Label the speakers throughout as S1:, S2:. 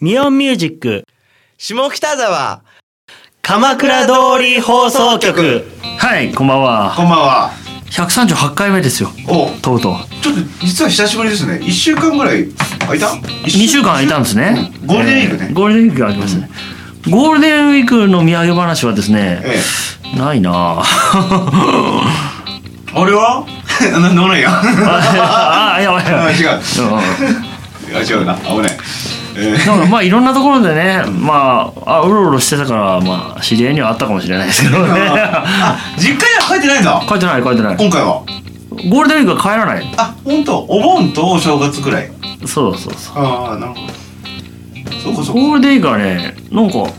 S1: ミオンミュージック
S2: 下北沢
S1: 鎌倉通り放送局はいこんばんは
S3: こんばんは。
S1: 138回目ですよ
S3: お、
S1: とうとう
S3: ちょっと実は久しぶりですね。一週間ぐらい空いた？
S1: 2
S3: 二
S1: 週間空いたんですね
S3: ゴールデンウィークね
S1: えゴールデンウィークがありますねゴールデンウィークの土産話はですね
S3: ええ。
S1: ないなあ
S3: あれは？ なんで もないや。
S1: あやばいやば
S3: あ
S1: い
S3: 違う
S1: うん
S3: あ違うな。危ない。え
S1: だからまあいろんなところでね、まあ、あうろうろしてたから、まあ、知り合いにはあったかもしれないですけどね。
S3: ー、実家には帰ってないんだ。
S1: 書いてない書いてない。
S3: 今回は。
S1: ゴールデンウィークは帰らない。
S3: あ、本当。お盆とお正月くらい。
S1: そうそうそ
S3: ああ、なるほど。そうか
S1: う。
S3: そうか。
S1: ゴールデンウィークはね、なんか、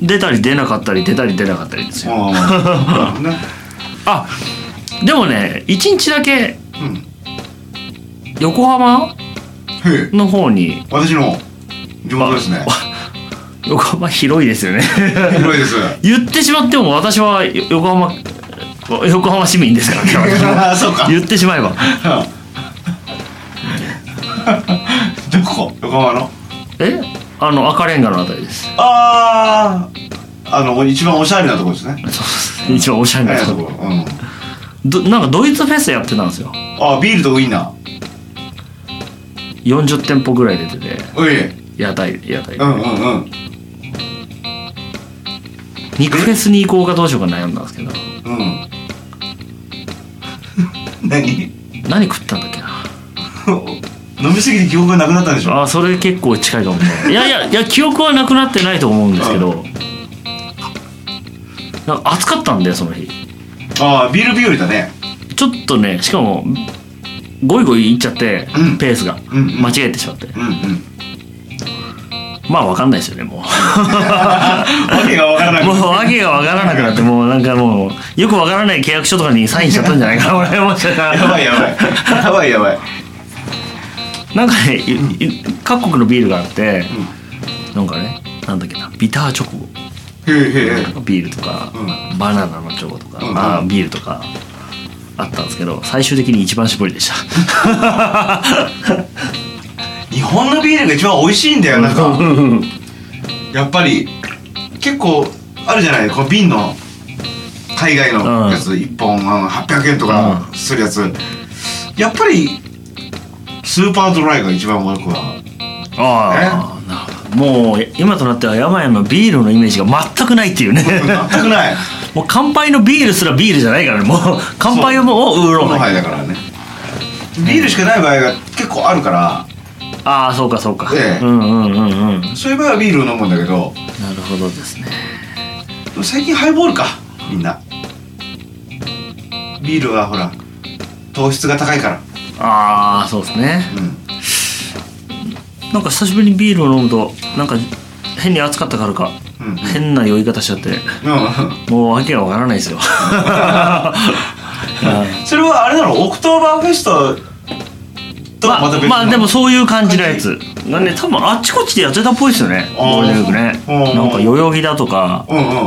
S1: 出たり出なかったり、出たり出なかったりですよ。
S3: ああ、なる
S1: あ、でもね、一日だけ
S3: ほどね。
S1: 横浜
S3: うん。へえ。
S1: の方に、
S3: 私の地元ですね。
S1: 横浜広いですよね。
S3: 広いです。
S1: 言ってしまっても私は横浜、横浜市民ですからね私 も
S3: ああ、そうか。
S1: 言ってしまえば。
S3: どこ？横浜の？
S1: えあの、赤レンガのあたりです。
S3: あああの一番おしゃれなとこですね
S1: そう一番おしゃれ
S3: あ
S1: な
S3: れな
S1: と
S3: と
S1: こ
S3: こ、うん、
S1: どなんかドイツフェスやってたんですよ
S3: あビールとウインナ
S1: 40店舗ぐらい出てて
S3: ーおい
S1: 屋台屋台
S3: うんうんうん
S1: 肉フェスに行こうかどうしようか悩んだんですけど
S3: うん何
S1: 何食ったんだっけな
S3: 飲みすぎて記憶がなくなったんでしょ
S1: あーそれ結構近いかもしれないいやいやいや記憶はなくなってないと思うんですけどなんか暑かったんでその日
S3: ああビール日和だね
S1: ちょっとねしかもゴイゴイいっちゃって、
S3: うん
S1: ペースが、
S3: うんうん
S1: 間違えてしまって
S3: うんうん
S1: まあわかんないですよねもう
S3: わけがわからな い
S1: もう訳がわからなくなってもうなんかもうよくわからない契約書とかにサインしちゃったんじゃない かな俺もしかしたら
S3: やばいやばいやばいやばい
S1: なんかねいい各国のビールがあって、なんかねなんだっけなビターチョコ
S3: へえへえ
S1: ビールとか、
S3: う
S1: バナナのチョコとか、
S3: うんうん
S1: あービールとかあったんですけど最終的に一番絞りで した
S3: 日本のビールが一番美味しいんだよなんかやっぱり結構あるじゃないこの瓶の海外のやつ、1本あの800円とかするやつ、やっぱりスーパードライが一番僕は
S1: ああなるほどもう今となっては山々のビールのイメージが全くないっていう ね
S3: 全くない
S1: もう乾杯のビールすらビールじゃないからねもう乾杯をもうウーロ
S3: こ
S1: ン
S3: の
S1: ハイ
S3: 杯だからねビールしかない場合が結構あるから
S1: ああそうかそうか、
S3: ええ
S1: うんうんうんうんな
S3: そういう場合はビールを飲むんだけど
S1: るほどですね
S3: でも最近ハイボールかみんなビールはほら糖質が高いから
S1: ああそうですね
S3: うん
S1: なんか久しぶりにビールを飲むとなんか変に暑かったからか
S3: うんうん
S1: 変な酔い方しちゃって
S3: うん
S1: もう訳がわからないです よ
S3: それはあれなのオクトーバーフェストと
S1: ま
S3: また
S1: あ
S3: 別の
S1: まあでもそういう感じのやつなんで多分あっちこっちでやってたっぽいですよね
S3: あー
S1: ゴールデンウィークね
S3: うん
S1: なんか代々木だとか
S3: うんうんあ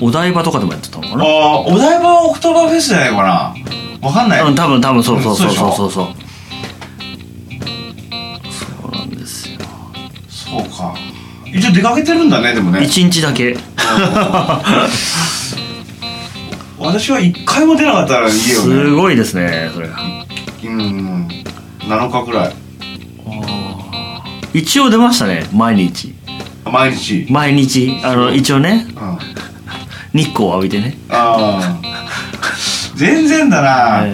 S1: お台場とかでもやってたのかな
S3: あお台場はオクトーバーフェストじゃないかなわかんない、
S1: うん多分多分そうそうそう
S3: うん
S1: そ
S3: そうでし
S1: う
S3: ょ
S1: そうそうそうなんですよ
S3: そうか一応出かけてるんだねでもね
S1: 一日だけ
S3: 私は一回も出なかったからいいよね
S1: すごいですねそれが
S3: うん7日くらい
S1: 一応出ましたね毎日
S3: 毎日
S1: 毎日あの一応ね
S3: うんあ
S1: 日光を浴びてね、
S3: あー全然だな、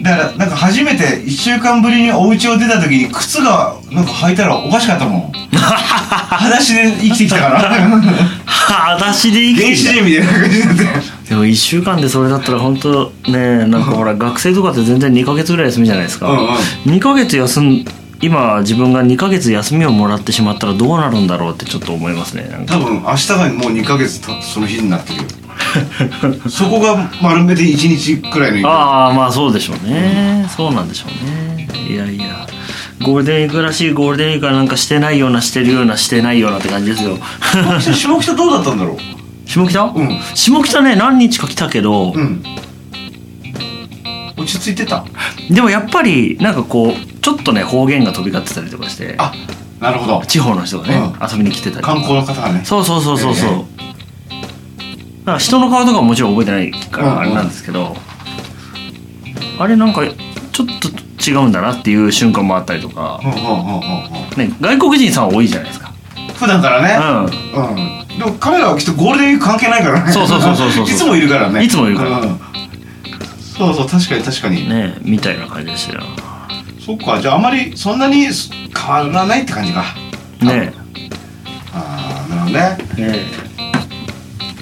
S3: だからなんか初めて1週間ぶりにお家を出た時に靴がなんか履いたらおかしかっ たもん裸足で生きてきたから
S1: はあ私で生
S3: 原
S1: き
S3: 始
S1: て
S3: 人みたいな感じになって
S1: でも1週間でそれだったら本当ねなんかほら学生とかって全然2ヶ月ぐらい休みじゃないですか、
S3: うんうん
S1: 2ヶ月休ん今自分が2ヶ月休みをもらってしまったらどうなるんだろうってちょっと思いますね なんか
S3: 多分明日がもう2ヶ月経ってその日になってるよそこが丸めて1日くらいの
S1: ああまあそうでしょうね、そうなんでしょうねいやいやゴールデンウィークらしいゴールデンウィークはなんかしてないようなしてるようなしてないようなって感じですよ
S3: 下北下北どうだったんだろう
S1: 下北、
S3: うん
S1: 下北ね何日か来たけど、
S3: うん落ち着いてた
S1: でもやっぱりなんかこうちょっとね方言が飛び交ってたりとかして
S3: あなるほど
S1: 地方の人がね、
S3: う
S1: 遊びに来てたりとか
S3: 観光の方がね
S1: そうそうそうそうそう、
S3: え
S1: だから人の顔とかももちろん覚えてないか
S3: うんうん
S1: らあれなんですけど、あれなんかちょっと違うんだなっていう瞬間もあったりとか
S3: う、んうんうんうんうん
S1: ね、外国人さんは多いじゃないですか、
S3: 普段からね
S1: う
S3: うんでも彼らはきっとゴールデンウィーク関係ないからね
S1: そうそうそうそうそう
S3: いつもいるからね
S1: いつもいるから
S3: うんそうそう確かに確かに
S1: んねみたいな感じでしたよ
S3: そっかじゃああまりそんなに変わらないって感じか
S1: ね
S3: ああなるほどね
S1: え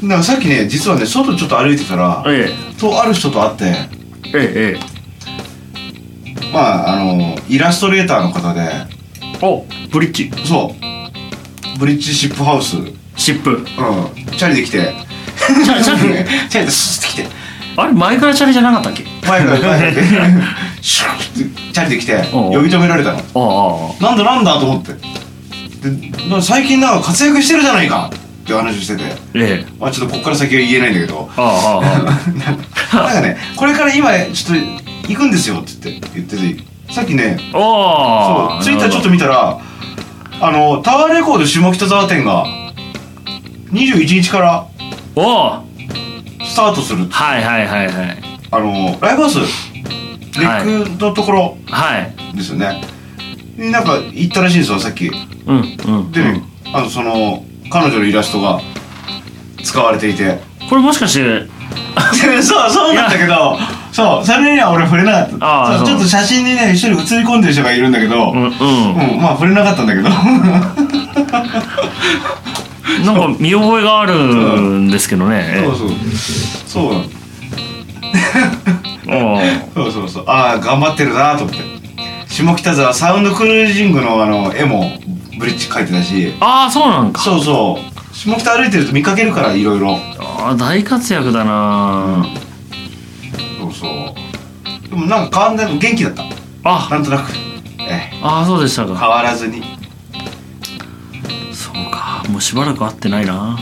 S3: なんかさっきね実はね外ちょっと歩いてたら
S1: え
S3: とある人と会って
S1: えええ
S3: まああのイラストレーターの方で
S1: おブリッジ
S3: そうブリッジシップハウスうん
S1: シップ
S3: チャリで来て
S1: チャリチャリ
S3: チャリでスッて来て
S1: あれ前からチャリじゃなかったっけ
S3: 前から前 からシュッてチャリで来て
S1: おう
S3: 呼び止められたの
S1: ああああ
S3: なんだなんだと思ってでな最近なんか活躍してるじゃないかって話をしてて
S1: ええ
S3: まあちょっとこっから先は言えないんだけど
S1: ああああああ
S3: なんかなんかねこれから今ちょっと行くんですよって言って言っててさっきね
S1: お
S3: そ
S1: ー
S3: うツイッターちょっと見たらあのタワーレコード下北沢店が21日から
S1: おおー
S3: スタートする
S1: はいはいはいはい
S3: あのライブハウスレ
S1: はい
S3: ックのところ
S1: はい
S3: ですよね、になんか行ったらしいんですよさっきで
S1: うんうん
S3: ね、あのその彼女のイラストが使われていて
S1: これもしかして
S3: そうそうなんだけどそうそれには俺触れなかった
S1: あー
S3: そうち
S1: そう
S3: ょっと写真にね一人写り込んでる人がいるんだけど、
S1: うんうん
S3: うん、まあ触れなかったんだけど
S1: なんか見覚えがあるんですけどね
S3: そうそうそうなの
S1: おー
S3: そうそうそうああ頑張ってるなと思って下北沢サウンドクルージングのあの絵もブリッジ描いてたし
S1: ああそうなんか
S3: そうそう下北歩いてると見かけるからいろいろ
S1: ああ大活躍だな
S3: そうそうでもなんか変わんない元気だった
S1: あ
S3: なんとなくええ
S1: ああそうでしたか
S3: 変わらずに
S1: そうかもうしばらく会ってないな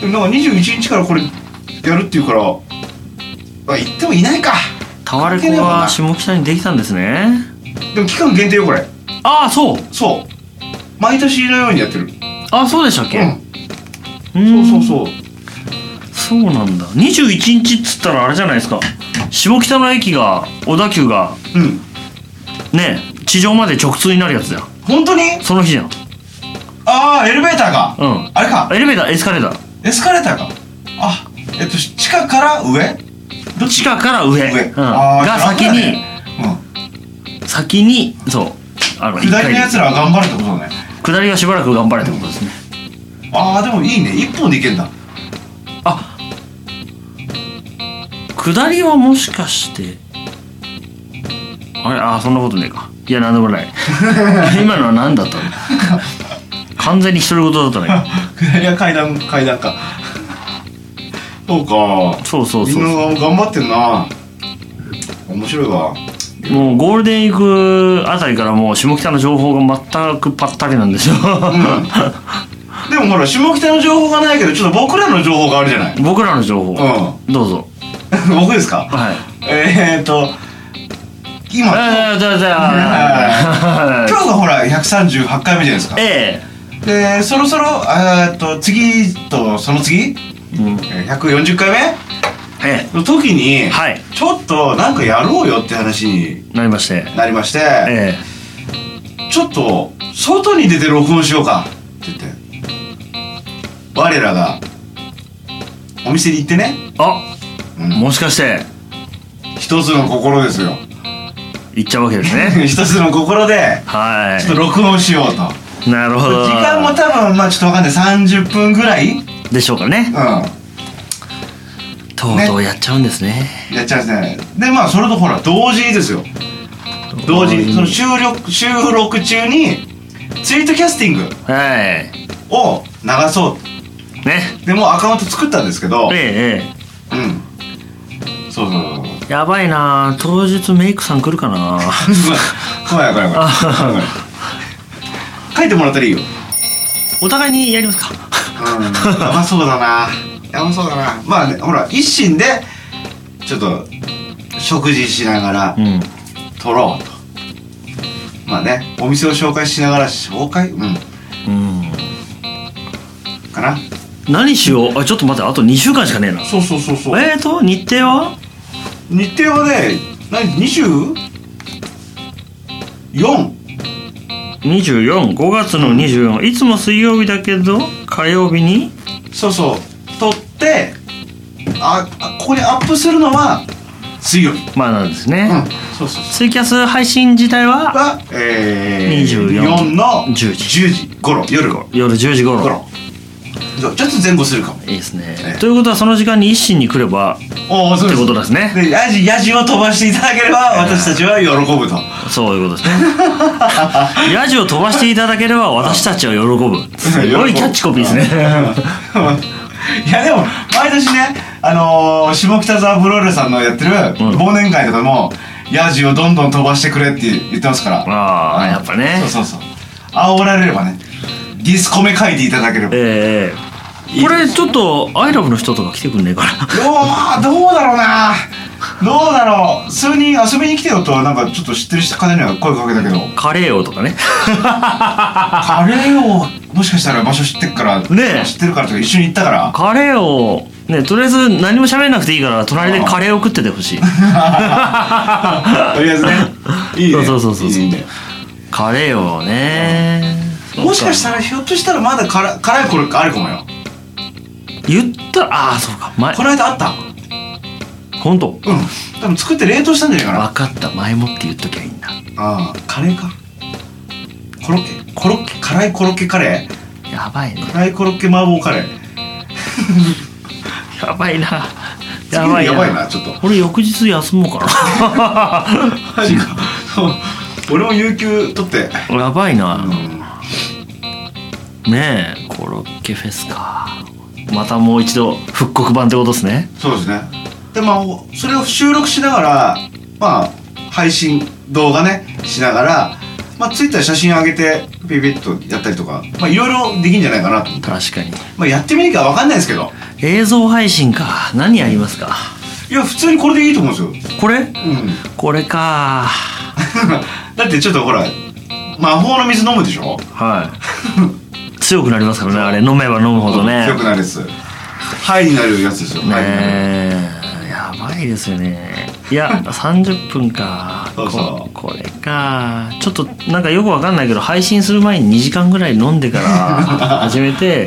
S3: でもなんか21日からこれやるっていうからあ行ってもいないか
S1: タワレコが下北にできたんですね
S3: でも期間限定よこれ
S1: ああそう
S3: そう毎年のようにやってる
S1: ああそうでしたっけ
S3: う
S1: うんん
S3: そうそうそう
S1: そうなんだ21日っつったらあれじゃないですか下北の駅が小田急が
S3: うん
S1: ね地上まで直通になるやつじゃん
S3: 本当に
S1: その日じゃん
S3: ああエレベーターが、
S1: うん
S3: あれか
S1: エレベーターエスカレーター
S3: エスカレーターかあえっと地下から上どっ
S1: 地
S3: ち
S1: 下から上
S3: 上、
S1: うん、
S3: あー
S1: が先
S3: 楽だ
S1: に、
S3: ね
S1: 先にそうあの
S3: うん、下りのや
S1: 一
S3: つらは頑張るってことね
S1: 回下りはしばらく頑張れってことですね
S3: ああでもいいね一本で行けんだ
S1: あ下りはもしかしてあれあーそんなことねえかいやなんでも ない今のは何だったの完全に独り言だったね
S3: 下りは階段階段かそうか
S1: そうそう
S3: み
S1: そ
S3: ん
S1: う
S3: な頑張ってんな面白いわ
S1: もうゴールデンウィークあたりからもう下北の情報が全くパッタリなんですよ
S3: でもほら下北の情報がないけどちょっと僕らの情報があるじゃない
S1: 僕らの情報、
S3: う
S1: どうぞ
S3: ん僕ですか
S1: はい
S3: えー、っと今今
S1: ああどうぞ
S3: 日がほら138回目じゃないですか
S1: え
S3: でそろそろえーっと次とその次
S1: えうん
S3: えー140回
S1: え
S3: 目の時に、
S1: えはい
S3: ちょっとなんかやろうよって話に
S1: なりまして
S3: なりまして、
S1: え
S3: ちょっと外に出て録音しようかって言って我らがお店に行ってね、
S1: えあ
S3: うん、
S1: もしかして
S3: 一つの心ですよ
S1: 行っちゃうわけですね
S3: 一つの心で
S1: は
S3: ちょっと録音しようと
S1: いなるほど
S3: 時間も多分まあちょっとわかんない30分ぐらいうん
S1: でしょうかねとうとうやっちゃうんですね
S3: やっちゃうんですねでまあそれとほら同時にですよ同時にその収録収録中にツイートキャスティング
S1: はい
S3: を流そう
S1: ね
S3: でもうアカウント作ったんですけど
S1: えええ
S3: うんそうそうそう
S1: えやばいな当日メイクさん来るかな
S3: そう怖い怖い怖い怖い怖い書いてもらったらいいよ
S1: お互いにやりますか
S3: うんやばそうだなやばそうだなまあねほら一心でちょっと食事しながら
S1: うん
S3: 撮ろうとまあねお店を紹介しながら紹介うん
S1: うん
S3: かな
S1: 何しようあちょっと待ってあと2週間しかねえな
S3: そうそうそうそ
S1: えーと日程は
S3: 日程はね何 24?
S1: 245月の24いつも水曜日だけど火曜日に
S3: そうそう撮ってああここにアップするのは水曜日
S1: まあなんです
S3: う
S1: ね、
S3: んそうそうそう
S1: ツイキャス配信自体は
S3: は、えー、
S1: 24
S3: 4の
S1: 10時
S3: 時頃夜頃
S1: 夜10時頃
S3: 頃ちょっと前後するかも
S1: いいですね、
S3: ええ
S1: ということはその時間に一心に来れば
S3: おおそう
S1: ってことですね
S3: でヤジヤジを飛ばしていただければ私たちは喜ぶと
S1: そういうことですね ヤジを飛ばしていただければ私たちは喜ぶすごいキャッチコピーですね
S3: いやでも毎年ねあのー下北沢プロレスさんのやってる
S1: ん
S3: 忘年会とかもヤジをどんどん飛ばしてくれって言ってますから
S1: ああやっぱね
S3: そうそうそう煽られればねディスコメ書いていただければ
S1: ええこれちょっとアイラブの人とか来てくんねえかな
S3: どうまあどうだろうなどうだろう数人遊びに来てよとなんかちょっと知ってる人金には声かけたけど
S1: カレー王とかね
S3: カレーをもしかしたら場所知ってっから
S1: ねえ
S3: 知ってるからとか一緒に行ったから
S1: カレー王ねとりあえず何も喋んなくていいから隣でカレーを食っててほしい
S3: とりあえ ずねいいね
S1: そうそうそうそう
S3: いいねいいね
S1: カレー王ね
S3: もしかした
S1: ら
S3: らひょっとしたらまだ辛辛いこれあるかもよ
S1: 言ったらああそうか前
S3: この間あった
S1: 本当
S3: うん多分作って冷凍したんじゃないかな
S1: 分かった前もって言っときゃいいんだ
S3: ああカレーかコロッケコロッケ辛いコロッケカレー
S1: やばいね
S3: 辛いコロッケ麻婆カレー
S1: やばいな
S3: 次のやばいなちょっと
S1: 俺翌日休もうか
S3: マジかそう俺も有給取って
S1: な やばいな
S3: うん
S1: ねえコロッケフェスかまたもう一度復刻版ってことですね
S3: そうですねでまあおそれを収録しながらまあ配信動画ねしながらまあツイッター写真上げてピピッとやったりとかまあいろいろできんじゃないかなと
S1: 確かに
S3: まあやってみるかわかんないですけど
S1: 映像配信か何やりますか
S3: いや普通にこれでいいと思うんですよ
S1: これ
S3: うん
S1: これか
S3: だってちょっとほら魔法の水飲むでしょ
S1: はい 強くなりますからねあれ飲めば飲むほどね
S3: 強くなるやつハイになるやつですよハイになる
S1: ねえやばいですよねいや30分か
S3: そうそ
S1: ここれかちょっとなんかよくわかんないけど配信する前に2時間ぐらい飲んでから 始めて、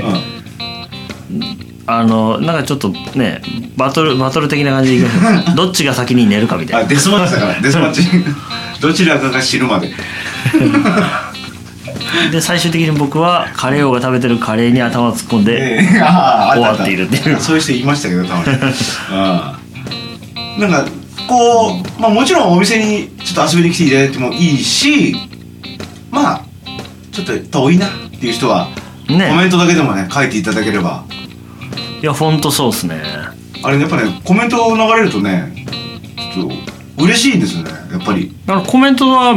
S3: う
S1: あのなんかちょっとねバトルバトル的な感じでいくんです よどっちが先に寝るかみ
S3: ん
S1: たい
S3: あ
S1: な
S3: デスマッチだからデスマッチ どちらかが死ぬまで
S1: で最終的に僕はカレー王が食べてるカレーに頭突っ込んで、
S3: ええ あああ
S1: 終
S3: あ
S1: わっているっていう
S3: そういう人いましたけどたまにうんなんかこう、まあ、もちろんお店にちょっと遊びに来ていただいてもいいしまあちょっと遠いなっていう人は、
S1: ね
S3: コメントだけでもね書いていただければ
S1: いやほんとそうっすね
S3: あれねやっぱねコメントを流れるとねちょっと嬉しいんですよねやっぱり、
S1: だからコメントは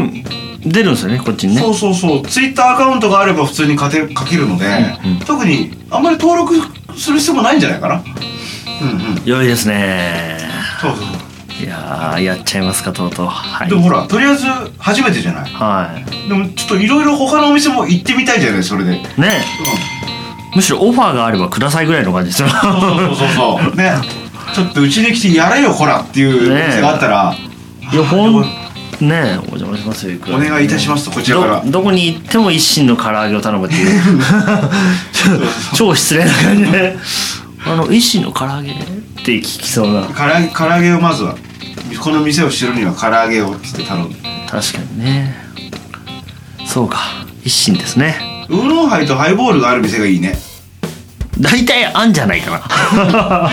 S1: 出るんですよねこっちにね
S3: そうそうそうツイッターアカウントがあれば普通に書け書けるので、特にあんまり登録する必要もないんじゃないかなうんうん
S1: 良いですね
S3: そうそうそう
S1: いやーやっちゃいますかとうとうはい
S3: でもほらとりあえず初めてじゃない
S1: は
S3: でもちょっといろいろ他のお店も行ってみたいじゃないそれでうん
S1: いねむしろオファーがあればくださいぐらいの感じですよ
S3: そうそうそうそうねちょっとうちに来てやれよほらっていうお
S1: ねえ
S3: 店があったら、
S1: いやほんねえお邪魔しますよいくらでも
S3: お願いいたしますとこちらから
S1: どどこに行っても一心の唐揚げを頼むって いう超失礼な感じであの一心の唐揚げって聞きそうな
S3: から唐揚げをまずはこの店を知るには唐揚げをっつって頼む
S1: 確かにねそうか一心ですね
S3: ウーロンハイとハイボールがある店がいいね
S1: 大体あんじゃないか な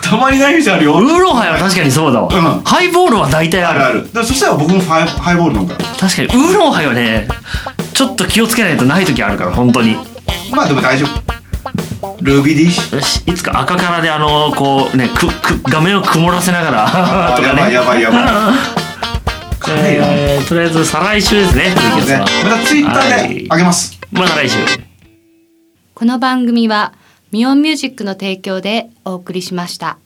S3: たまにない店あるよ
S1: ウーロンハイは確かにそうだわ、
S3: うん
S1: ハイボールは大体
S3: あるあるだからそしたら僕もハイハイボール飲むから
S1: 確かにウーロンハイはねちょっと気をつけないとない時あるから本当に
S3: まあでも大丈夫ルビーディッシュ
S1: よしいつか赤からであのこうねくく画面を曇らせながら
S3: あ
S1: と
S3: や
S1: か
S3: ばい
S1: ね
S3: やばいやばいカレーや
S1: えーとりあえず再来週ですね
S3: そうですねまたツイッターであげます、
S1: はいまた来週
S4: この番組はミオンミュージックの提供でお送りしました。